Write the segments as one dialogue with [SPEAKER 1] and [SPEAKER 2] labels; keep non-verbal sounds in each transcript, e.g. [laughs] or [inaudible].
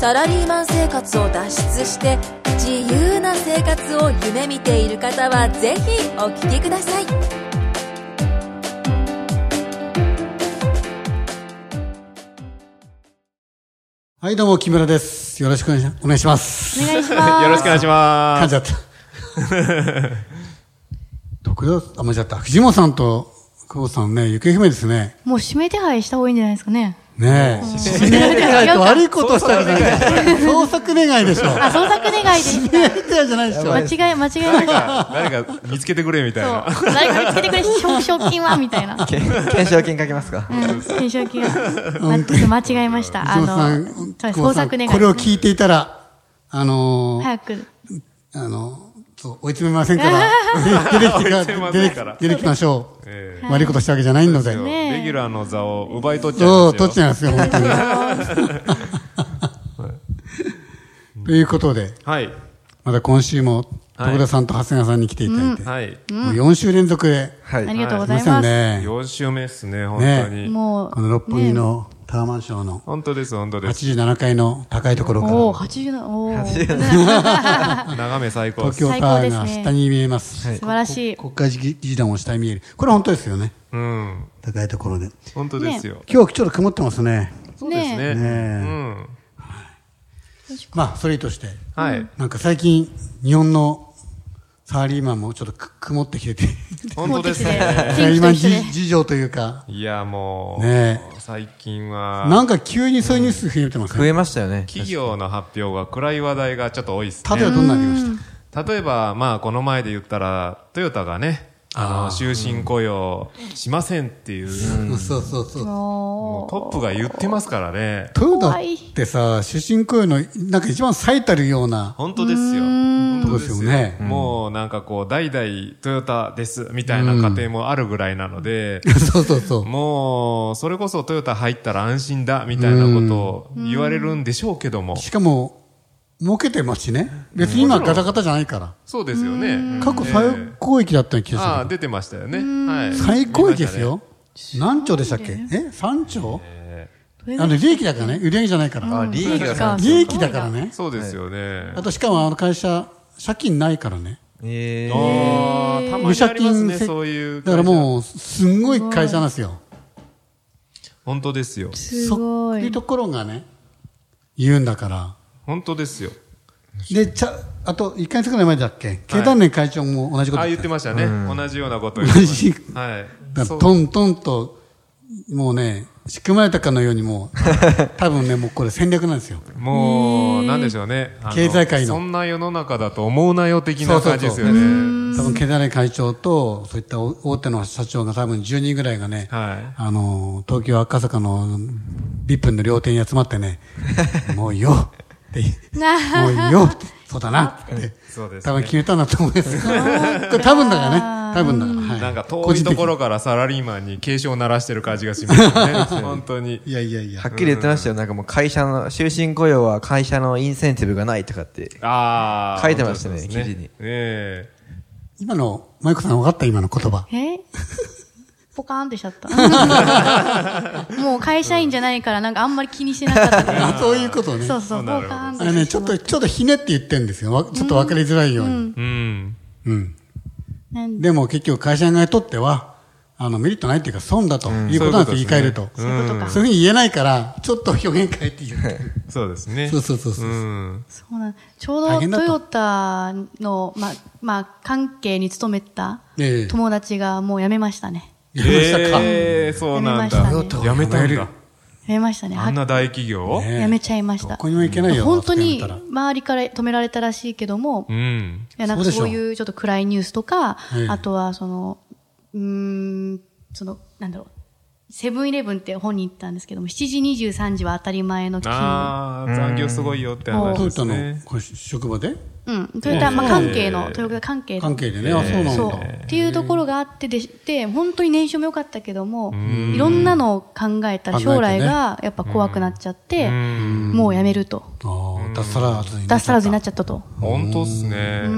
[SPEAKER 1] サラリーマン生活を脱出して自由な生活を夢見ている方はぜひお聞きください
[SPEAKER 2] はい、どうも、木村です。よろしくお願いしお願いします。
[SPEAKER 1] お願いし
[SPEAKER 3] よろ
[SPEAKER 1] ま
[SPEAKER 3] し
[SPEAKER 1] す
[SPEAKER 3] くお願いしま
[SPEAKER 2] 噛ん
[SPEAKER 3] す。
[SPEAKER 2] じゃった。 [laughs] 徳田、あ、間違った。藤本さんと久保田さんね、行方不明ですね。
[SPEAKER 4] もう指名手配した方がいいんじゃないですかね。
[SPEAKER 2] ねえ。指名手配って悪いことしたわけじゃない。捜索願いでし
[SPEAKER 4] [laughs]
[SPEAKER 2] ょ。
[SPEAKER 4] あ、捜索願いでし
[SPEAKER 2] 指名手配じゃないでしょ。
[SPEAKER 4] た。間違え、間違えました。
[SPEAKER 3] 誰か見つけてくれみたいな。
[SPEAKER 4] そう。誰か見つけてくれ、奨賞金はみた
[SPEAKER 2] [laughs]
[SPEAKER 4] いな。
[SPEAKER 5] け懸賞金かけますか
[SPEAKER 4] うん、懸賞金は。まちょっと間違えました。あ
[SPEAKER 2] 藤本
[SPEAKER 4] の、
[SPEAKER 2] さん、
[SPEAKER 4] そうです
[SPEAKER 2] 久保
[SPEAKER 4] 捜
[SPEAKER 2] 田さん
[SPEAKER 4] 索願い。
[SPEAKER 2] これを聞いていたら、あのー、
[SPEAKER 4] 早く。
[SPEAKER 2] あの、そう、追い詰めません
[SPEAKER 4] [laughs]
[SPEAKER 2] から、出てきて
[SPEAKER 3] [laughs] 追い詰めません
[SPEAKER 2] 出て出
[SPEAKER 3] から
[SPEAKER 2] て、出てきましょう。
[SPEAKER 3] え
[SPEAKER 2] 悪いことしたわけじゃないので。
[SPEAKER 3] え
[SPEAKER 4] ねえ
[SPEAKER 3] レギュラーの座を奪い取っちゃ
[SPEAKER 2] そうう、
[SPEAKER 3] んですよ。
[SPEAKER 2] 取っちゃいますよ、本当 [laughs] に。ということで、
[SPEAKER 3] はい。
[SPEAKER 2] また今週も、
[SPEAKER 3] はい
[SPEAKER 2] 徳田さんと長谷川さんに来ていただいて、
[SPEAKER 3] はい。
[SPEAKER 2] もう4週連続で、
[SPEAKER 5] は
[SPEAKER 4] あ
[SPEAKER 5] い。
[SPEAKER 4] りがとうご
[SPEAKER 2] すいま
[SPEAKER 4] ざい
[SPEAKER 2] せん
[SPEAKER 4] ます。
[SPEAKER 2] ね。
[SPEAKER 3] 4週目ですね、本
[SPEAKER 2] ね
[SPEAKER 3] 当に。
[SPEAKER 4] もう、
[SPEAKER 2] この六本木
[SPEAKER 4] ね。
[SPEAKER 2] のタワーマンションの
[SPEAKER 3] 本当です、本当です。
[SPEAKER 2] 87階の高いところ
[SPEAKER 4] おお
[SPEAKER 2] か
[SPEAKER 4] 87、おお素
[SPEAKER 3] 眺め最高
[SPEAKER 2] ら、東
[SPEAKER 3] です。
[SPEAKER 2] 京タワー
[SPEAKER 4] 最高
[SPEAKER 2] が
[SPEAKER 4] ですね
[SPEAKER 2] 下に見えます。
[SPEAKER 4] 晴らしい。
[SPEAKER 2] 国会議事堂も下に見える。これ本当ですよね。
[SPEAKER 3] うん。
[SPEAKER 2] 高いところで。
[SPEAKER 3] 本当ですよ。
[SPEAKER 2] 今日ちょっと曇ってますね。
[SPEAKER 3] そうですね。
[SPEAKER 2] ねえ
[SPEAKER 3] うん。
[SPEAKER 2] まあ、それいいとして。
[SPEAKER 3] はい。
[SPEAKER 2] なんか最近、日本のサラリーマンもちょっとく曇ってきてて、
[SPEAKER 3] 本当です
[SPEAKER 4] もう適
[SPEAKER 3] ね。
[SPEAKER 4] 正
[SPEAKER 2] サラリーマン
[SPEAKER 4] 天気と一緒で
[SPEAKER 2] じ事情というか、
[SPEAKER 3] いや、も
[SPEAKER 2] ね
[SPEAKER 3] う、最近は、
[SPEAKER 2] なんか急にそういうニュース増えてます
[SPEAKER 5] [laughs] 増
[SPEAKER 2] ね。
[SPEAKER 5] えましたよね。
[SPEAKER 3] 企業の発表が暗い話題がちょっと多いですね。
[SPEAKER 2] 例えばどんなのありまし
[SPEAKER 3] 例えば、まあ、この前で言ったら、トヨタがね、あの、終身雇用しませんっていう、
[SPEAKER 2] たそうそうそう。
[SPEAKER 3] もうトップが言ってますからね。
[SPEAKER 2] トヨタ
[SPEAKER 4] 怖い
[SPEAKER 2] ってさ、主人公用の、なんか一番最たるような、
[SPEAKER 3] 本当ですよ。本当ですよ
[SPEAKER 2] そうですよね
[SPEAKER 3] もうなんかこう、代々トヨタですみたいな家庭もあるぐらいなので、
[SPEAKER 2] そうそうそう。
[SPEAKER 3] もう、それこそトヨタ入ったら安心だみたいなことを言われるんでしょうけども、
[SPEAKER 2] しかも、儲けてますしね。別に今
[SPEAKER 3] もちろ
[SPEAKER 2] ガタ
[SPEAKER 3] ん
[SPEAKER 2] ガタじゃないから。
[SPEAKER 3] そうですよね。
[SPEAKER 2] 過去
[SPEAKER 3] え
[SPEAKER 2] 最
[SPEAKER 3] え
[SPEAKER 2] 高益だったような気
[SPEAKER 3] あ
[SPEAKER 2] が
[SPEAKER 3] あ、
[SPEAKER 2] する。
[SPEAKER 3] 出てましたよね。はい。
[SPEAKER 2] 最高益です
[SPEAKER 3] 見ま
[SPEAKER 2] よ。何兆でしたっけえ ?3 兆
[SPEAKER 4] どれぐ
[SPEAKER 2] あ
[SPEAKER 4] らい
[SPEAKER 2] の、利益だからね。売り上げじゃないか
[SPEAKER 5] あ、
[SPEAKER 2] ら。
[SPEAKER 5] 利益が
[SPEAKER 4] そ
[SPEAKER 5] さ
[SPEAKER 4] っ。
[SPEAKER 2] 利益だからね
[SPEAKER 3] したね。。そうですよね。
[SPEAKER 2] あと、しかもあの会社、借金ないからね。
[SPEAKER 5] えー
[SPEAKER 3] ああ、たまにありますね、
[SPEAKER 2] せ
[SPEAKER 3] そういう。
[SPEAKER 2] だからもう、すんごい会社なんですよ。
[SPEAKER 3] 本当ですよ。
[SPEAKER 4] す
[SPEAKER 2] そ
[SPEAKER 4] ご
[SPEAKER 2] ういう
[SPEAKER 4] い。
[SPEAKER 2] ところがね、言うんだから。
[SPEAKER 3] 本当ですよ。
[SPEAKER 2] で、ちゃ、あと、1ヶ月くらい前だっけ経団連会長も同じこ
[SPEAKER 3] あ
[SPEAKER 2] と
[SPEAKER 3] あ、
[SPEAKER 2] 言っ
[SPEAKER 3] 言ってて
[SPEAKER 2] ま
[SPEAKER 3] ましたね。同じようなことを言
[SPEAKER 2] 同じ
[SPEAKER 3] ってましたはい。
[SPEAKER 2] だ
[SPEAKER 3] そ
[SPEAKER 2] から
[SPEAKER 3] う
[SPEAKER 2] トントンと、もうね、仕組まれたかのようにも
[SPEAKER 3] [laughs]
[SPEAKER 2] う、多分ね、もうこれ戦略なんですよ。
[SPEAKER 3] もう、なんでしょうね。あの
[SPEAKER 2] 経済界の
[SPEAKER 3] そんな世の中だと思うなよ的な感じですよ
[SPEAKER 2] そう
[SPEAKER 3] ね。
[SPEAKER 2] 多分経団連会長と、そういった大大手の社長が多分10人ぐらいがね、
[SPEAKER 3] はい。
[SPEAKER 2] あの、東京赤坂のリップンの料亭に集まって
[SPEAKER 3] [laughs]
[SPEAKER 2] ね、もういいよって言う、もういいよって、そうだなって、
[SPEAKER 3] そうです
[SPEAKER 2] 多分
[SPEAKER 3] ね。
[SPEAKER 2] 決めたんだと思いますよ。これ多分だからね、多分だから。はい
[SPEAKER 3] なんか
[SPEAKER 2] 個
[SPEAKER 3] 遠い
[SPEAKER 2] 人的
[SPEAKER 3] と
[SPEAKER 2] に
[SPEAKER 3] ころからサラリーマンに警鐘を鳴らしてる感じがしますよね。本当に。
[SPEAKER 2] いやいやいや
[SPEAKER 5] は。っきり言ってましたよ。なんかもう会社の、終身雇用は会社のインセンティブがないとかって。
[SPEAKER 3] ああ。
[SPEAKER 5] 書いてましたね
[SPEAKER 3] 本当
[SPEAKER 5] 記事に
[SPEAKER 3] ねえ
[SPEAKER 2] 今の、マイコさん分かった今の言葉。
[SPEAKER 4] えポカーンってしちゃ
[SPEAKER 3] [laughs]
[SPEAKER 4] った。もう会社員じゃないから、なんかあんまり気にしてなかったです。
[SPEAKER 2] あそういうことね。
[SPEAKER 4] そうそう、ポ
[SPEAKER 3] な
[SPEAKER 4] ー
[SPEAKER 3] るほど
[SPEAKER 4] カーン
[SPEAKER 2] あれね、ちょっと、ちょっとひねって言ってんですよ。わちょっと分かりづらいように。
[SPEAKER 3] え。うん。
[SPEAKER 2] うん。
[SPEAKER 4] なんで
[SPEAKER 2] でも結局会社側にとっては、あの、メリットないっていうか損だということなんですよ、
[SPEAKER 3] そう
[SPEAKER 2] 言
[SPEAKER 3] いう
[SPEAKER 2] い
[SPEAKER 3] ことで
[SPEAKER 2] 換えると。
[SPEAKER 3] すね
[SPEAKER 4] そういうことか。
[SPEAKER 2] そういうふうに言えないから、ちょっと表現変えて言う。
[SPEAKER 3] [laughs] そうですね。
[SPEAKER 2] そうそうそうそう
[SPEAKER 3] うん。
[SPEAKER 4] そうなんちょ
[SPEAKER 2] 大
[SPEAKER 4] う
[SPEAKER 2] 変だ
[SPEAKER 4] ど
[SPEAKER 2] と
[SPEAKER 4] トヨタの、まあ、まあ、関係に勤めた
[SPEAKER 2] ええ
[SPEAKER 4] 友達がもう辞めましたね。
[SPEAKER 2] やりましたか。
[SPEAKER 3] ええ、そうなんだ
[SPEAKER 4] やめました。ね
[SPEAKER 3] やめたん
[SPEAKER 2] や
[SPEAKER 3] だ
[SPEAKER 2] め。
[SPEAKER 4] 辞めましたね。
[SPEAKER 3] あん
[SPEAKER 4] は
[SPEAKER 3] な大企業
[SPEAKER 2] ね
[SPEAKER 4] 辞めちゃいまし
[SPEAKER 2] ど
[SPEAKER 4] た。
[SPEAKER 2] こにも行けないよ。
[SPEAKER 4] 本当に
[SPEAKER 2] あそこやめ
[SPEAKER 4] 周りから止められたらしいけども、
[SPEAKER 3] う
[SPEAKER 4] い
[SPEAKER 3] ん。
[SPEAKER 4] やなん
[SPEAKER 2] そ
[SPEAKER 4] か
[SPEAKER 2] うでしょ
[SPEAKER 4] そういうちょっと暗いニュースとか
[SPEAKER 2] ええ、
[SPEAKER 4] あとはその、うーん、その、なんだろう。セブンイレブンって本に行ったんですけども、7時23時は当たり前の勤
[SPEAKER 3] ああ、残業すごいよって話
[SPEAKER 2] ト
[SPEAKER 3] で
[SPEAKER 2] ヨタ
[SPEAKER 3] す
[SPEAKER 2] の
[SPEAKER 3] ね。
[SPEAKER 2] これ職場で
[SPEAKER 4] 務。うん。トヨタ、まあ関係の、トヨタ関係の
[SPEAKER 2] 関係でね、あ、そうなん
[SPEAKER 4] そ
[SPEAKER 2] だ。
[SPEAKER 4] う。っていうところがあってで、で、本当に年収も良かったけども、いろんなのを考えた
[SPEAKER 2] 考えてね
[SPEAKER 4] ら将来がやっぱ怖くなっちゃって、もうやめると。
[SPEAKER 2] ああ、脱サラーズになっ
[SPEAKER 4] 脱
[SPEAKER 2] ちゃ
[SPEAKER 4] サ
[SPEAKER 2] っ
[SPEAKER 4] ラーズ
[SPEAKER 2] た
[SPEAKER 4] になっちゃったと。
[SPEAKER 3] 本当っすね。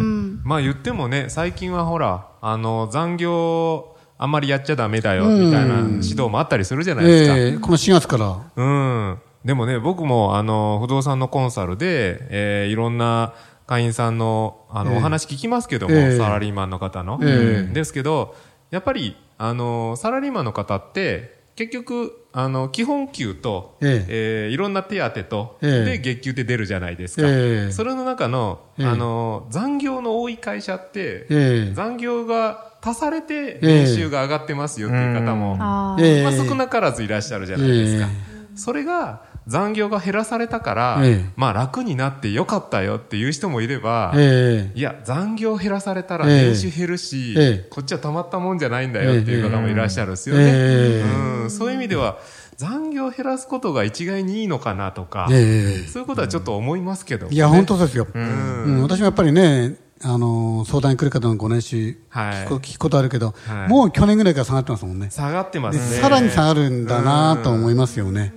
[SPEAKER 3] まあ言ってもね、最近はほら、あの、残業あんまりやっちゃダメだよ、みたいな指導もあったりするじゃないですか。
[SPEAKER 2] ええ、この4月から。
[SPEAKER 3] うん。でもね、僕も、あの、不動産のコンサルで、えーいろんな会員さんの、あの、お話聞きますけども、
[SPEAKER 2] ええ
[SPEAKER 3] サラリーマンの方の。
[SPEAKER 2] ええ
[SPEAKER 3] ですけど、やっぱり、あの、サラリーマンの方って、結局、あの、基本給と、
[SPEAKER 2] え
[SPEAKER 3] えーいろんな手当と、
[SPEAKER 2] ええ
[SPEAKER 3] で、月給って出るじゃないですか。
[SPEAKER 2] ええ
[SPEAKER 3] それの中の、
[SPEAKER 2] ええ
[SPEAKER 3] あの、残業の多い会社って、
[SPEAKER 2] ええ
[SPEAKER 3] 残業が足されて、
[SPEAKER 2] ええ
[SPEAKER 3] 年収が上がってますよっていう方も、
[SPEAKER 4] ああ。
[SPEAKER 2] ええ
[SPEAKER 3] まあ、少なからずいらっしゃるじゃないですか、
[SPEAKER 2] え
[SPEAKER 3] それが残業が減らされたから、
[SPEAKER 2] ええ
[SPEAKER 3] まあ、楽になってよかったよっていう人もいれば、
[SPEAKER 2] ええ
[SPEAKER 3] いや残業減らされたら
[SPEAKER 2] ええ
[SPEAKER 3] 年収減るし、
[SPEAKER 2] ええ
[SPEAKER 3] こっちはたまったもんじゃないんだよっていう方もいらっしゃるんですよね、
[SPEAKER 2] ええ
[SPEAKER 3] うん、そういう意味では残業減らすことが一概にいいのかなとか、
[SPEAKER 2] ええ
[SPEAKER 3] そういうことはちょっと思いますけど、
[SPEAKER 2] いや、本当ですよ。うん私もやっぱりね、あの、相談に来る方の5年収、
[SPEAKER 3] はい
[SPEAKER 2] 聞く聞くことあるけど
[SPEAKER 3] は、い
[SPEAKER 2] もう去年ぐらいから下がってますもんね。
[SPEAKER 3] 下がってま
[SPEAKER 2] です
[SPEAKER 3] ね
[SPEAKER 2] さらに下がるんだなと思いますよね。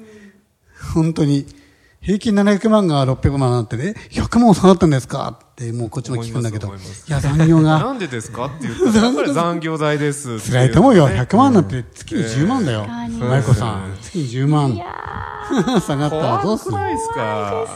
[SPEAKER 2] 本当に。平均700万が600万になってね、100万下がったんですかって、もうこっちも聞くんだけど。
[SPEAKER 3] 思い
[SPEAKER 2] い
[SPEAKER 3] ます
[SPEAKER 2] や、残業
[SPEAKER 3] な [laughs]
[SPEAKER 2] が
[SPEAKER 3] んでですかって言ったらやっぱり残業代ですってう
[SPEAKER 2] 辛いと思うよ。100万なんて月に10万だよ。
[SPEAKER 4] か
[SPEAKER 2] マイ
[SPEAKER 4] に
[SPEAKER 2] コさん、月に10万。 [laughs] 下がったらどう
[SPEAKER 3] 怖
[SPEAKER 2] す
[SPEAKER 3] く
[SPEAKER 2] る
[SPEAKER 3] ない
[SPEAKER 2] ね
[SPEAKER 3] ですか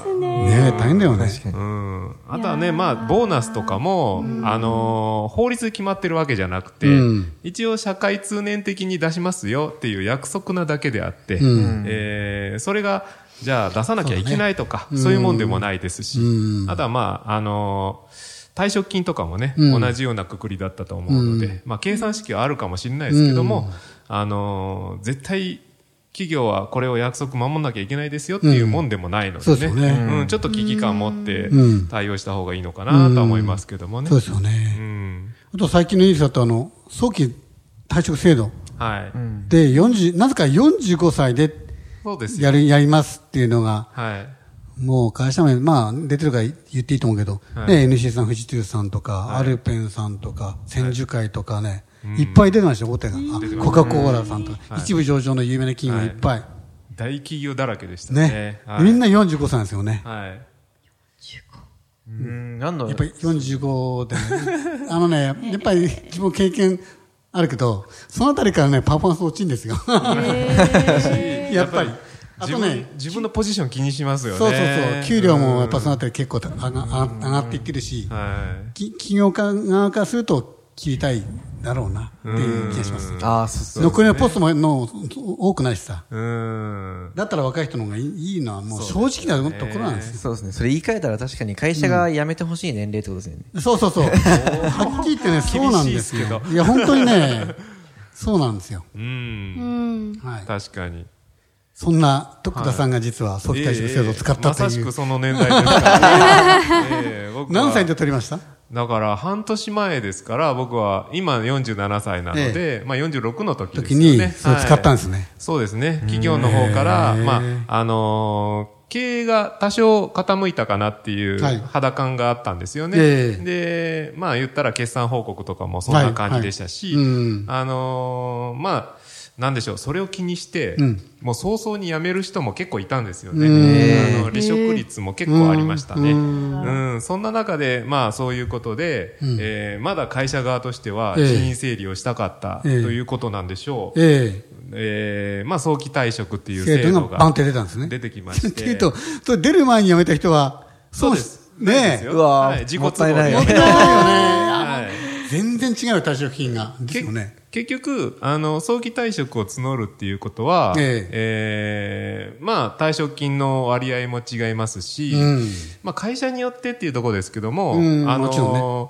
[SPEAKER 2] え、大変だよね。
[SPEAKER 3] うんあとはね、まあ、ボーナスとかも、あのー法律で決まってるわけじゃなくて、
[SPEAKER 2] うん
[SPEAKER 3] 一応社会通念的に出しますよっていう約束なだけであって、
[SPEAKER 2] ん
[SPEAKER 3] えーそれが、じゃあ出さなきゃいけないとか、そう,、いうもんでもないですし、
[SPEAKER 2] う
[SPEAKER 3] あとはまあ、あのー退職金とかもね、
[SPEAKER 2] うん
[SPEAKER 3] 同じようなくくりだったと思うので、まあ、計算式はあるかもしれないですけども、あのー絶対、企業はこれを約束守んなきゃいけないですよっていうもんでもないので
[SPEAKER 2] そうですよね
[SPEAKER 3] うん、ちょっと危機感持って
[SPEAKER 2] うん
[SPEAKER 3] 対応した方がいいのかなとは思いますけどもね
[SPEAKER 2] そう。ですよね。
[SPEAKER 3] うん。
[SPEAKER 2] あと最近のニュースだと、あの、早期退職制度
[SPEAKER 3] はい。
[SPEAKER 2] で40、なぜか45歳で
[SPEAKER 3] そうですよ。
[SPEAKER 2] やる、やりますっていうのが、
[SPEAKER 3] はい。
[SPEAKER 2] もう会社名、まあ、出てるから言っていいと思うけど、
[SPEAKER 3] はい
[SPEAKER 2] ね、NC さん、富士通さんとか、アルペンさんとか、千住会とかね、いっぱい出てましたよ、大手が。あコカ・コーラさんとか、一部上場の有名な企業がいっぱい。
[SPEAKER 3] 大企業だらけでした
[SPEAKER 2] ね
[SPEAKER 3] ね。はい
[SPEAKER 2] みんな45歳なんですよね。
[SPEAKER 3] はい。
[SPEAKER 5] うん、なんだろ
[SPEAKER 2] や
[SPEAKER 5] う
[SPEAKER 2] っぱり45で、あのね、やっぱり自分経験あるけど、そのあたりからね、パフォーマンス落ちるんですよ。やっぱり。あ
[SPEAKER 3] 自
[SPEAKER 2] と
[SPEAKER 3] 分
[SPEAKER 2] ね、、
[SPEAKER 3] 自分のポジション気にしますよね。
[SPEAKER 2] そうそうそう、給料もやっぱその
[SPEAKER 3] は
[SPEAKER 2] あたり結構た上が上が上がっていってるし
[SPEAKER 3] い。、は
[SPEAKER 2] き企業家側からすると切りたいだろうなっていう気がします。
[SPEAKER 5] ああ、そうそう。
[SPEAKER 2] 残りのポストもの多くないしさ。
[SPEAKER 3] い。うん。
[SPEAKER 2] だったら若い人の方がいいいいのはもう正直なところなんですよ。
[SPEAKER 5] そうですね。それ言い換えたら確かに会社が辞めてほしい年齢ってことですよね。
[SPEAKER 2] そうそう [laughs] そう。はっきり言ってね、そうなんですよ。いや、本当にね、そうなんですよ。
[SPEAKER 3] うん。
[SPEAKER 4] うん。
[SPEAKER 2] はい。
[SPEAKER 3] 確かに。
[SPEAKER 2] そんな徳田さんが実は早期退職制度を使った
[SPEAKER 3] ま
[SPEAKER 2] と
[SPEAKER 3] さ
[SPEAKER 2] い
[SPEAKER 3] し
[SPEAKER 2] う
[SPEAKER 3] く。その年代
[SPEAKER 2] [laughs]
[SPEAKER 3] ですからね。ええ僕は
[SPEAKER 2] 何歳で取りました
[SPEAKER 3] だから半年前ですから僕は今47歳なので、まあ、46の時です
[SPEAKER 2] 時
[SPEAKER 3] よ
[SPEAKER 2] に
[SPEAKER 3] ね、
[SPEAKER 2] それを使ったんです
[SPEAKER 3] はい
[SPEAKER 2] ね。
[SPEAKER 3] そうですね企業の方から、
[SPEAKER 2] へー
[SPEAKER 3] まああのー経営が多少傾いたかなっていう
[SPEAKER 2] はい
[SPEAKER 3] 肌感があったんですよね、
[SPEAKER 2] ええ
[SPEAKER 3] でまあ言ったら決算報告とかもそんな感じでした
[SPEAKER 2] は
[SPEAKER 3] し、
[SPEAKER 2] いはいうん
[SPEAKER 3] あのーまあなんでしょうそれを気にして、
[SPEAKER 2] うん
[SPEAKER 3] もう早々に辞める人も結構いたんですよね、
[SPEAKER 2] へー
[SPEAKER 3] あの離職率も結構ありましたね、
[SPEAKER 2] うん
[SPEAKER 3] うん、そんな中で、まあそういうことで、えーまだ会社側としては
[SPEAKER 2] ええ
[SPEAKER 3] 人員整理をしたかった、
[SPEAKER 2] ええ
[SPEAKER 3] ということなんでしょう。え
[SPEAKER 2] え
[SPEAKER 3] ーまあ早期退職ってい
[SPEAKER 2] え。
[SPEAKER 3] う
[SPEAKER 2] 制
[SPEAKER 3] 制
[SPEAKER 2] 度
[SPEAKER 3] 度
[SPEAKER 2] がバン
[SPEAKER 3] が
[SPEAKER 2] って出たんですね。
[SPEAKER 3] 出てき
[SPEAKER 2] [laughs]
[SPEAKER 3] まし
[SPEAKER 2] って
[SPEAKER 3] て。
[SPEAKER 2] いうと、それ出る前に辞めた人は、
[SPEAKER 3] そうです。そうで
[SPEAKER 2] ね
[SPEAKER 3] す
[SPEAKER 2] え。
[SPEAKER 3] よ
[SPEAKER 5] うわ
[SPEAKER 3] はい、自己都
[SPEAKER 5] も
[SPEAKER 3] 合
[SPEAKER 5] ったいない
[SPEAKER 3] で
[SPEAKER 5] よ
[SPEAKER 3] や
[SPEAKER 5] ね
[SPEAKER 3] めたはい
[SPEAKER 2] 全然違う退職金が。ですよね。
[SPEAKER 3] 結局、あの、早期退職を募るっていうことは、
[SPEAKER 2] ええ
[SPEAKER 3] えーまあ、退職金の割合も違いますし、
[SPEAKER 2] うん
[SPEAKER 3] まあ、会社によってっていうところですけども、
[SPEAKER 2] うん
[SPEAKER 3] あの
[SPEAKER 2] もちろん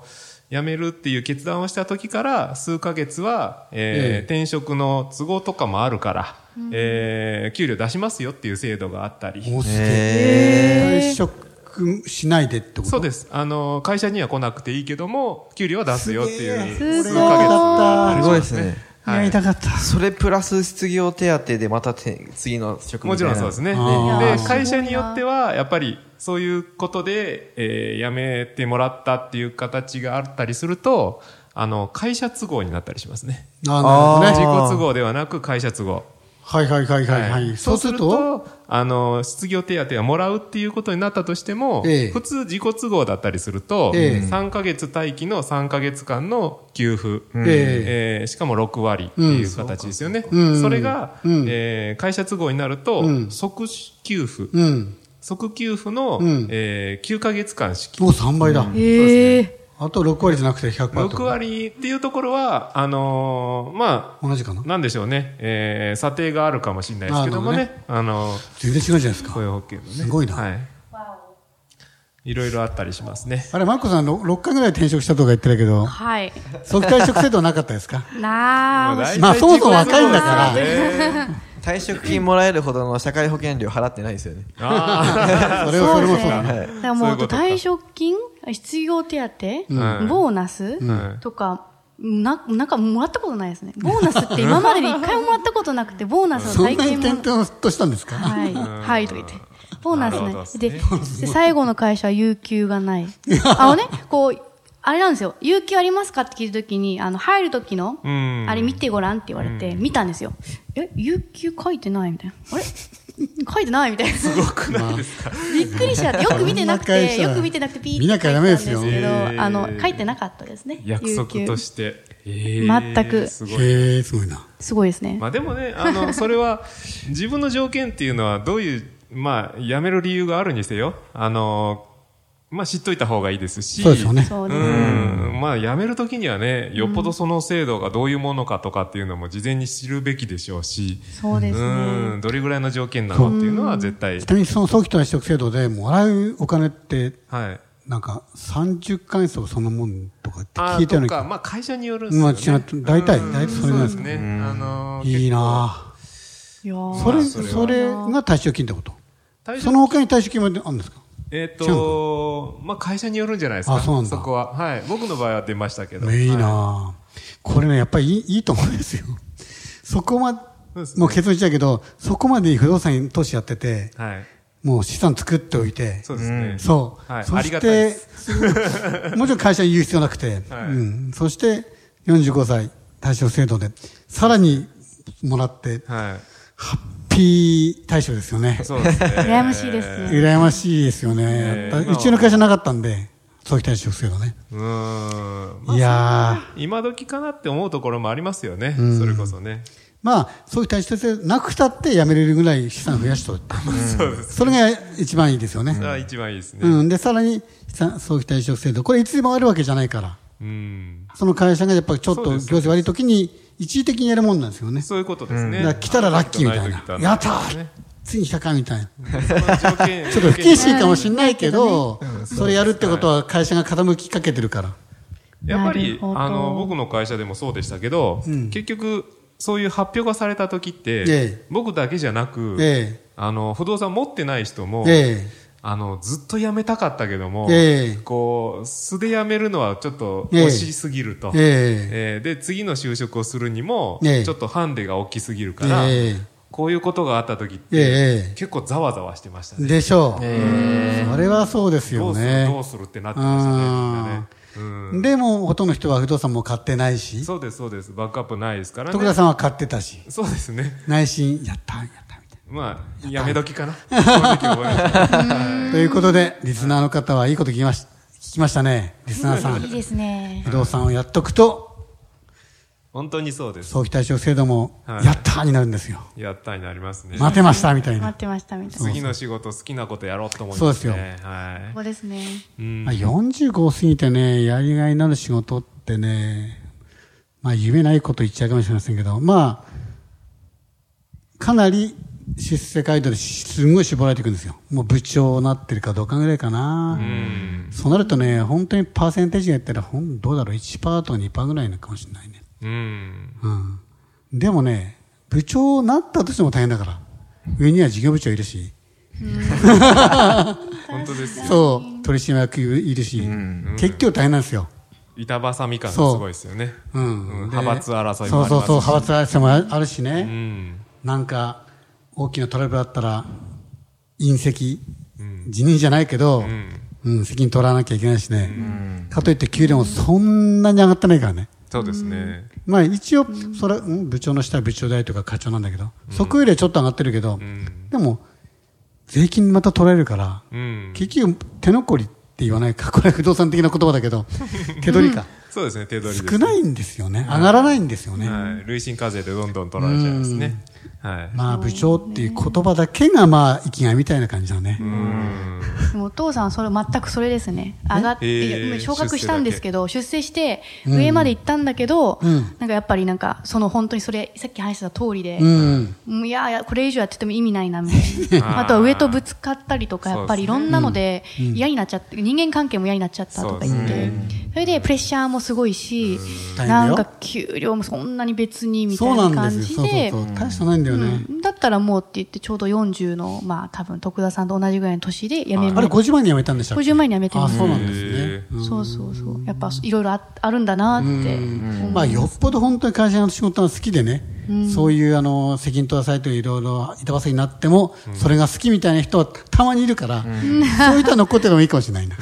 [SPEAKER 3] 辞めるっていう決断をした時から数ヶ月は、えー
[SPEAKER 2] ええ
[SPEAKER 3] 転職の都合とかもあるから、えー給料出しますよっていう制度があったり、
[SPEAKER 2] もうすげ
[SPEAKER 5] へ
[SPEAKER 2] 退職しないでってこと
[SPEAKER 3] そうです。あの、会社には来なくていいけども、給料は出すよっていう。
[SPEAKER 4] すごい
[SPEAKER 3] 数ヶ月
[SPEAKER 2] だった
[SPEAKER 5] すごいですね。
[SPEAKER 2] やりたかった。
[SPEAKER 5] それプラス失業手当でまたて次の職
[SPEAKER 3] もちろんそうですね。
[SPEAKER 2] あー
[SPEAKER 3] で、会社によっては、やっぱり、そういうことで、えー辞めてもらったっていう形があったりすると、あの、会社都合になったりしますね。
[SPEAKER 2] ああ、な
[SPEAKER 5] あ
[SPEAKER 2] る
[SPEAKER 5] ー
[SPEAKER 3] 自
[SPEAKER 2] ほど
[SPEAKER 3] 己
[SPEAKER 2] ね。
[SPEAKER 3] 都合ではなく会社都合。
[SPEAKER 2] はいはいはいはい。はい、
[SPEAKER 3] そ
[SPEAKER 2] そうう
[SPEAKER 3] す
[SPEAKER 2] す
[SPEAKER 3] る
[SPEAKER 2] ると、
[SPEAKER 3] と、あの、失業手当はもらうっていうことになったとしても、
[SPEAKER 2] ええ
[SPEAKER 3] 普通自己都合だったりすると、
[SPEAKER 2] ええ
[SPEAKER 3] 3ヶ月待機の3ヶ月間の給付、
[SPEAKER 2] ん
[SPEAKER 3] えーしかも6割っていう形ですよね。
[SPEAKER 2] うんうん
[SPEAKER 3] それが、
[SPEAKER 2] うん
[SPEAKER 3] えー会社都合になると、
[SPEAKER 2] うん
[SPEAKER 3] 即給付、
[SPEAKER 2] うん。
[SPEAKER 3] 即給付の、
[SPEAKER 2] うん
[SPEAKER 3] えー9ヶ月間支給
[SPEAKER 2] もう3倍だ。
[SPEAKER 4] へえ。
[SPEAKER 2] あと6割じゃなくて100%と。
[SPEAKER 3] 6割っていうところは、あのーま
[SPEAKER 2] 同じかな
[SPEAKER 3] あ、。なんでしょうね、えー査定があるかもしれないですけどもね、あのー
[SPEAKER 2] 全然違うじゃないですか。
[SPEAKER 3] 雇用保険のね。
[SPEAKER 2] すごいな
[SPEAKER 3] はい。いろいろあったりしますね。
[SPEAKER 2] あれ、マッコさんろ 6, 回ぐらい転職したとか言ってたけど、
[SPEAKER 4] はい。
[SPEAKER 2] 即退職制度はなかったです
[SPEAKER 3] [laughs]
[SPEAKER 2] か
[SPEAKER 4] なあ、もう
[SPEAKER 2] まあそもそも若いんだから
[SPEAKER 3] ら。
[SPEAKER 5] 退職金もらえるほどの社会保険料払ってないですよね。
[SPEAKER 2] [laughs]
[SPEAKER 3] [laughs] あ
[SPEAKER 2] それはそれもそうだ
[SPEAKER 4] だ
[SPEAKER 2] ね。
[SPEAKER 5] はい
[SPEAKER 4] からも
[SPEAKER 3] そう
[SPEAKER 4] う、あと
[SPEAKER 3] いうことか
[SPEAKER 4] 退職金、失業手当、
[SPEAKER 3] うん
[SPEAKER 4] ボーナス、
[SPEAKER 3] ん
[SPEAKER 4] とか、な、なんかもらったことないですね。ボーナスって今までに一回ももらったことなくて、ボーナス
[SPEAKER 2] そ
[SPEAKER 4] の
[SPEAKER 2] ん
[SPEAKER 4] 体
[SPEAKER 2] なに
[SPEAKER 4] 験
[SPEAKER 2] 転
[SPEAKER 4] も。
[SPEAKER 2] 々としたんですか、
[SPEAKER 4] はい、はい、とか言って。ボーナ
[SPEAKER 3] なるほどっ
[SPEAKER 4] ス
[SPEAKER 3] す
[SPEAKER 4] ね。
[SPEAKER 3] ね
[SPEAKER 4] で、で最後の会社は有給がない。あのね、こう、あれなんですよ。有給ありますかって聞いたときに、あの、入るときの、
[SPEAKER 3] うん
[SPEAKER 4] あれ見てごらんって言われて、見たんですよ。え、有給書いてないみたいな。あれ書いてないみたいな。すごくないですかびっくりしちゃって、よく見
[SPEAKER 2] [laughs]
[SPEAKER 4] てなく
[SPEAKER 2] こんな会
[SPEAKER 4] て、
[SPEAKER 2] 社
[SPEAKER 4] よく見てなくて、ピーって
[SPEAKER 2] 見なきゃダメですよ
[SPEAKER 4] 書いてたんです
[SPEAKER 3] え
[SPEAKER 4] け
[SPEAKER 3] ー
[SPEAKER 4] ど、あの、書いてなかったですね。
[SPEAKER 3] ー約束と
[SPEAKER 4] 有給
[SPEAKER 3] して。えー
[SPEAKER 4] 全く
[SPEAKER 3] すごい。
[SPEAKER 2] へえ、すごいな。
[SPEAKER 4] すごいですね
[SPEAKER 3] ま。あでもね、あ
[SPEAKER 2] [laughs]
[SPEAKER 3] の、それは、自分の条件っていうのは、どういう、まあ、辞める理由があるにせよ、あの、まあ、知っといた方がいいですし、
[SPEAKER 2] そうですよね。
[SPEAKER 4] そう
[SPEAKER 3] う
[SPEAKER 4] ですね。
[SPEAKER 3] ん。まあ、辞めるときにはね、よっぽどその制度がどういうものかとかっていうのも事前に知るべきでしょうし、
[SPEAKER 4] そうです
[SPEAKER 3] う
[SPEAKER 4] ね。
[SPEAKER 3] ん。どれぐらいの条件なのっていうのは絶対
[SPEAKER 2] ち、なみにその早期退職制度でもらうお金って、
[SPEAKER 3] はい。
[SPEAKER 2] なんか30回数そのもんとかって
[SPEAKER 3] あ
[SPEAKER 2] 聞いたよう
[SPEAKER 3] と
[SPEAKER 2] な
[SPEAKER 3] か、
[SPEAKER 2] 気
[SPEAKER 3] まあ会社によるん
[SPEAKER 2] まあ
[SPEAKER 3] ですよね。
[SPEAKER 2] 違う大体
[SPEAKER 3] うん
[SPEAKER 2] 大体それぐらいですか
[SPEAKER 3] そうね。あのー
[SPEAKER 2] いいな
[SPEAKER 4] それ
[SPEAKER 2] ぁそれ、
[SPEAKER 3] それは
[SPEAKER 2] それが退職金ってこと
[SPEAKER 3] 結構
[SPEAKER 2] その他に退職金もあるんですか
[SPEAKER 3] えっ、とまあ会社によるんじゃないですか。
[SPEAKER 2] あそうなんだ
[SPEAKER 3] こは。はい。僕の場合は出ましたけど。
[SPEAKER 2] ねいいなぁ、
[SPEAKER 3] は
[SPEAKER 2] これね、やっぱりいいいいと思うんですよ。そこまで
[SPEAKER 3] そうです、ね
[SPEAKER 2] もう結論しちゃうけど、そこまで不動産投資やってて、
[SPEAKER 3] い。はい。
[SPEAKER 2] もう資産作っておいて、
[SPEAKER 3] そうですね。
[SPEAKER 2] そう。
[SPEAKER 3] はい
[SPEAKER 2] そ
[SPEAKER 3] あり
[SPEAKER 2] し
[SPEAKER 3] がたいで
[SPEAKER 2] て、 [laughs] もちろん会社に言う必要なくて、
[SPEAKER 3] はい
[SPEAKER 2] うん。そして、45歳対象制度で、さらにもらって、
[SPEAKER 3] は
[SPEAKER 2] ハッピー対象ですよね
[SPEAKER 3] い。。そうですね。
[SPEAKER 4] 羨ましいですね
[SPEAKER 2] 羨ましいですよね
[SPEAKER 3] え。
[SPEAKER 2] だ
[SPEAKER 3] ー
[SPEAKER 2] うちの会社なかったんで、早期退職制度ね。
[SPEAKER 3] うーん。
[SPEAKER 2] いや
[SPEAKER 3] 今時かなって思うところもありますよね。それこそね。
[SPEAKER 2] ー。まあ、早期退職制度なくたって辞めれるぐらい資産増やしといて。
[SPEAKER 3] そうです。
[SPEAKER 2] それが一番いいですよね。
[SPEAKER 3] あ一番いいですね。
[SPEAKER 2] うん。で、さらに、資産早期退職制度。これいつでもあるわけじゃないから。
[SPEAKER 3] うん。
[SPEAKER 2] その会社がやっぱりちょっと
[SPEAKER 3] そ
[SPEAKER 2] 行
[SPEAKER 3] うです
[SPEAKER 2] 政悪い時に一時的にやるもんなんですよね。
[SPEAKER 3] そういうことです
[SPEAKER 2] だ
[SPEAKER 3] ね。
[SPEAKER 2] から来たらラッキーみたい
[SPEAKER 3] あ
[SPEAKER 2] な。
[SPEAKER 3] の
[SPEAKER 2] やった
[SPEAKER 3] 時と
[SPEAKER 2] ー
[SPEAKER 3] ない
[SPEAKER 2] ついに来たかみたい
[SPEAKER 3] [laughs]
[SPEAKER 2] な。
[SPEAKER 3] 時とねその条件
[SPEAKER 2] ちょっと不謹慎かもしれないけど、それやるってことは会社が傾きかけてるから。
[SPEAKER 3] やっぱ
[SPEAKER 4] な
[SPEAKER 3] り
[SPEAKER 4] るほど
[SPEAKER 3] あの僕の会社でもそうでしたけど、結局そういう発表がされた時って、
[SPEAKER 2] ええ
[SPEAKER 3] 僕だけじゃなく、
[SPEAKER 2] え
[SPEAKER 3] あの不動産持ってない人も、
[SPEAKER 2] え
[SPEAKER 3] あのずっと辞めたかったけども、
[SPEAKER 2] ええ
[SPEAKER 3] こう素で辞めるのはちょっと惜しすぎると、
[SPEAKER 2] ええ
[SPEAKER 3] ええで次の就職をするにも、
[SPEAKER 2] ええ
[SPEAKER 3] ちょっとハンデが大きすぎるから、
[SPEAKER 2] ええ
[SPEAKER 3] こういうことがあった時
[SPEAKER 2] え
[SPEAKER 3] って、
[SPEAKER 2] ええ
[SPEAKER 3] 結構ざわざわしてました
[SPEAKER 2] え
[SPEAKER 3] ね
[SPEAKER 2] でしょう。それはそうです
[SPEAKER 3] ど
[SPEAKER 2] よ
[SPEAKER 3] うする
[SPEAKER 2] ね。
[SPEAKER 3] どうするってなってましたねみんなね。うん
[SPEAKER 2] でも、ほとんどの人は不動産も買ってないし、
[SPEAKER 3] そうです、そうです。バックアップないですからね
[SPEAKER 2] 徳。田さんは買ってたし、
[SPEAKER 3] そうですね。
[SPEAKER 2] 内心、やった、やった、みたい
[SPEAKER 3] まあ、やめ時かな。
[SPEAKER 2] [laughs]
[SPEAKER 3] この時思いました
[SPEAKER 2] な。ということで、リスナーの方はいいこと聞きまし聞きましたね。リスナーさん
[SPEAKER 4] いい。ですね。
[SPEAKER 2] 不動産をやっとくと、
[SPEAKER 3] 本当にそうです。
[SPEAKER 2] 早期対象制度も、
[SPEAKER 3] はい
[SPEAKER 2] やったーになるんですよ。
[SPEAKER 3] やったになりますね。
[SPEAKER 2] 待てました、みたい
[SPEAKER 4] 待
[SPEAKER 2] な
[SPEAKER 4] っ。てましたみたいな。
[SPEAKER 3] 次の仕事、好きなことやろうと思います
[SPEAKER 2] そ
[SPEAKER 3] ね。
[SPEAKER 2] うで
[SPEAKER 3] は
[SPEAKER 4] ここですね。
[SPEAKER 3] い。うん
[SPEAKER 2] まあ、45過ぎてね、やりがいのある仕事ってね、まあ、夢ないこと言っちゃうかもしれませんけど、まあ、かなり出世街道ですんごい絞られていくんですよ。もう部長なってるかどうかぐらいかな。
[SPEAKER 3] うん。
[SPEAKER 2] そうなるとね、本当にパーセンテージが言ったら、ほんどうだろう、1%とか2%ぐらいのかもしれないね。
[SPEAKER 3] うん。
[SPEAKER 2] うん。でもね、部長なったとしても大変だから。上には事業部長いるし、
[SPEAKER 3] 本当ですよ。
[SPEAKER 2] そう、取締役いるし、結局大変なんですよ。
[SPEAKER 3] 板挟み感がすごいですよね。
[SPEAKER 2] うん
[SPEAKER 3] うん
[SPEAKER 2] で
[SPEAKER 3] 派閥争い
[SPEAKER 2] そ
[SPEAKER 3] も
[SPEAKER 2] う
[SPEAKER 3] あります
[SPEAKER 2] そ
[SPEAKER 3] し
[SPEAKER 2] うそう、派閥争いもああるし
[SPEAKER 3] う
[SPEAKER 2] ね、
[SPEAKER 3] ん。
[SPEAKER 2] なんか、大きなトラブルあったら、隕石、
[SPEAKER 3] うん。
[SPEAKER 2] 辞任じゃないけど、
[SPEAKER 3] うん。
[SPEAKER 2] うん、責任取らなきゃいけないしね。かといって給料もそんなに上がってないからね。
[SPEAKER 3] そうですね。
[SPEAKER 2] まあ一応、それ、うん部長の下は部長代とか課長なんだけど、そこよりはちょっと上がってるけど
[SPEAKER 3] う、ん。
[SPEAKER 2] でも、税金また取られるから、
[SPEAKER 3] うん。
[SPEAKER 2] 結局、手残りって言わないか、これは不動産的な言葉だけ
[SPEAKER 3] [laughs]
[SPEAKER 2] ど、手取りか。
[SPEAKER 3] そうですね、手取りです。
[SPEAKER 2] 少ないんですよね。上がらないんですよね。
[SPEAKER 3] はい。累進課税でどんどん取られちゃいますね。はい。
[SPEAKER 2] まあ部長っていう言葉だけがまあ生きがいみたいな感じだね。
[SPEAKER 3] うん。
[SPEAKER 4] でもお父さんそれ全くそれですね上がっ
[SPEAKER 3] え
[SPEAKER 4] て、
[SPEAKER 3] ー
[SPEAKER 4] もう昇格したんですけど出世して上まで行ったんだけど、
[SPEAKER 2] うん
[SPEAKER 4] なんかやっぱりなんかその本当にそれさっき話した通りで、
[SPEAKER 2] うん。
[SPEAKER 4] もういやいやこれ以上やってても意味ないなみた
[SPEAKER 3] あ
[SPEAKER 4] い
[SPEAKER 3] ー
[SPEAKER 4] なあとは上とぶつかったりと
[SPEAKER 3] そ
[SPEAKER 4] か
[SPEAKER 3] うですね
[SPEAKER 4] やっぱりいろんなので嫌になっちゃって人間関係も嫌になっちゃったとか言
[SPEAKER 3] そう
[SPEAKER 4] っ
[SPEAKER 3] で
[SPEAKER 4] てそれでプレッシャーもすごいし
[SPEAKER 2] うん
[SPEAKER 4] なんか給料もそんなに別にみた
[SPEAKER 2] そう
[SPEAKER 4] い
[SPEAKER 2] な
[SPEAKER 4] なん感
[SPEAKER 2] で
[SPEAKER 4] じ
[SPEAKER 2] すよ。そうそう
[SPEAKER 4] で
[SPEAKER 2] そう。大したないんだよね。
[SPEAKER 4] うんだったらもうって言ってちょうど40のまあ多分徳田さんと同じぐらいの年で辞める
[SPEAKER 2] あれ50万に辞めたんでしたっけ
[SPEAKER 4] 50万に辞めてる
[SPEAKER 2] あ、そうなんですね
[SPEAKER 3] へ。
[SPEAKER 2] うん
[SPEAKER 4] そうそうそう。やっぱいろいろああるんだなって。うん
[SPEAKER 2] まあよっぽど本当に会社の仕事が好きでね、そういうあの、責任取らされていろいろ板挟みになっても、それが好きみたいな人はたまにいるから、そういう人は残っててもいいかもしれないな。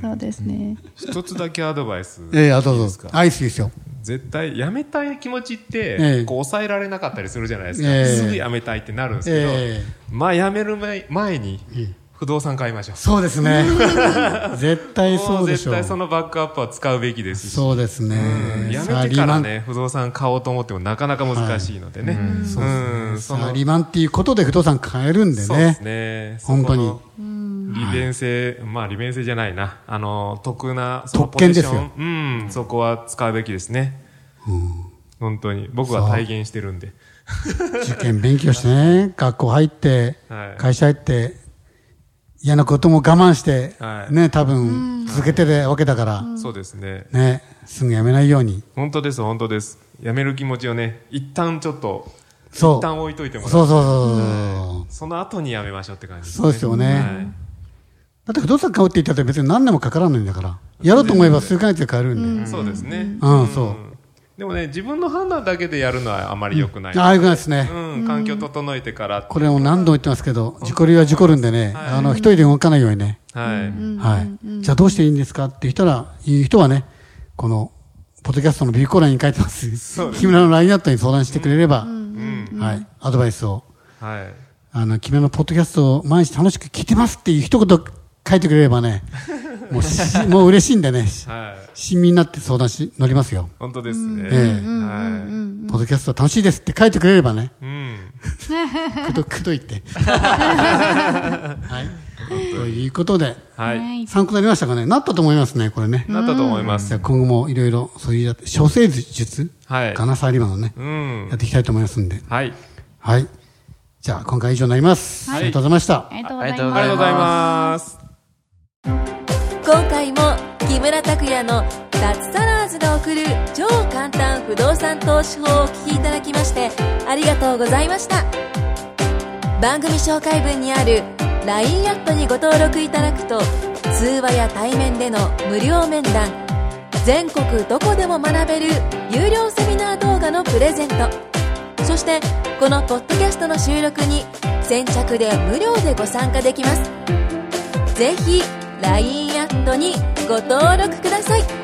[SPEAKER 4] そうですね。
[SPEAKER 3] 一つだけアドバイス。
[SPEAKER 2] いやいや、ど
[SPEAKER 3] いういです
[SPEAKER 2] ぞ
[SPEAKER 3] か。
[SPEAKER 2] アイスいいですよ。
[SPEAKER 3] 絶対辞めたい気持ちって、
[SPEAKER 2] ええ
[SPEAKER 3] こう抑えられなかったりするじゃないですか、
[SPEAKER 2] ええ
[SPEAKER 3] すぐ辞めたいってなるんですけど、
[SPEAKER 2] ええ
[SPEAKER 3] まあ辞める前前に不動産買いましょう、
[SPEAKER 2] そうです
[SPEAKER 3] [laughs]
[SPEAKER 2] ね。絶対
[SPEAKER 3] も
[SPEAKER 2] そううでし
[SPEAKER 3] 絶
[SPEAKER 2] ょ
[SPEAKER 3] 対そのバックアップは使うべきですし、
[SPEAKER 2] そうですね。
[SPEAKER 3] 辞
[SPEAKER 2] サラ
[SPEAKER 3] め
[SPEAKER 2] リー
[SPEAKER 3] てか
[SPEAKER 2] マ
[SPEAKER 3] ら
[SPEAKER 2] ン
[SPEAKER 3] ね不動産買おうと思ってもなかなか難しいのでね、うんそ
[SPEAKER 2] サ
[SPEAKER 3] の
[SPEAKER 2] ラリーマンっていうことで不動産買えるんで
[SPEAKER 3] そうです
[SPEAKER 2] ね。
[SPEAKER 3] ね
[SPEAKER 2] 本当に
[SPEAKER 3] そこの利便性、まあ利便性じゃないなあの得なその
[SPEAKER 2] 特権ですよ
[SPEAKER 3] ポジションうんそこは使うべきですね、本当に僕は体現してるんで
[SPEAKER 2] 受験勉強してね、学校入って
[SPEAKER 3] は、い
[SPEAKER 2] 会社入って、嫌なことも我慢して
[SPEAKER 3] は、い
[SPEAKER 2] ね、多分続けてるわけだから、
[SPEAKER 3] そうですね
[SPEAKER 2] ね、すぐ辞めないように。
[SPEAKER 3] 本当です本当ですやめる気持ちをね一旦ちょっと
[SPEAKER 2] そう。
[SPEAKER 3] 一旦置いといてもら
[SPEAKER 2] そうそう
[SPEAKER 3] う
[SPEAKER 2] そうそう。
[SPEAKER 3] その後にやめましょうって感じですね
[SPEAKER 2] そうですよね
[SPEAKER 3] はい
[SPEAKER 2] だって不動産買うって言ったって別に何年もかからないんだから。やろうと思えば数ヶ月で買えるんで。
[SPEAKER 3] そうですね
[SPEAKER 2] うん、そう。
[SPEAKER 3] でもね自分の判断だけでやるのはあまり良くない
[SPEAKER 2] ああ、よくないですね。
[SPEAKER 3] うん環境整えてからって
[SPEAKER 2] これも何度も言ってますけど、事故流は事故るんでね、あの、一人で動かないようにね。
[SPEAKER 3] はい
[SPEAKER 2] はい。じゃあどうしていいんですかって言ったら、いい人はね、この、ポッドキャストのビューコーナーに書いてます
[SPEAKER 3] う。です
[SPEAKER 2] 木村のラインナットに相談してくれれば、
[SPEAKER 3] うん
[SPEAKER 2] はい、アドバイスを。
[SPEAKER 3] はい
[SPEAKER 2] あの、木村のポッドキャストを毎日楽しく聞いてますっていう一言書いてくれれば
[SPEAKER 3] [laughs]
[SPEAKER 2] ね、もうし、もう嬉しいんでね、
[SPEAKER 3] はい
[SPEAKER 2] 親身になって相談し、乗りますよ。
[SPEAKER 3] 本当ですね
[SPEAKER 2] ええ
[SPEAKER 3] は
[SPEAKER 2] ポッドキャスト楽しいですって書いてくれれば
[SPEAKER 3] [laughs]
[SPEAKER 2] ね、
[SPEAKER 3] いうん
[SPEAKER 2] くど、くどい
[SPEAKER 3] [laughs]
[SPEAKER 2] って。はい。ということで、
[SPEAKER 3] はい
[SPEAKER 2] 参考になりましたかねなったと思いますね、これね。
[SPEAKER 3] なったと思いま
[SPEAKER 2] じ
[SPEAKER 3] す
[SPEAKER 2] ゃあ今後もいろいろそういうやって、処世術
[SPEAKER 3] はい
[SPEAKER 2] かな、サラリーマンのね、
[SPEAKER 3] うん
[SPEAKER 2] やっていきたいと思いますんで。
[SPEAKER 3] はい
[SPEAKER 2] はい。じゃあ、今回は以上になります。
[SPEAKER 3] はい
[SPEAKER 2] ありがとうございました。
[SPEAKER 4] ありがとう
[SPEAKER 5] う
[SPEAKER 4] ご
[SPEAKER 5] ご
[SPEAKER 4] ざい
[SPEAKER 5] ざい
[SPEAKER 4] ま
[SPEAKER 5] ますす。
[SPEAKER 3] ありがとうございます
[SPEAKER 1] 今回も木村拓哉の脱サラーズが送る超簡単不動産投資法をお聞きいただきましてありがとうございました番組紹介文にある LINE アットにご登録いただくと通話や対面での無料面談全国どこでも学べる有料セミナー動画のプレゼントそしてこのポッドキャストの収録に先着で無料でご参加できますぜひ LINE アットにご登録ください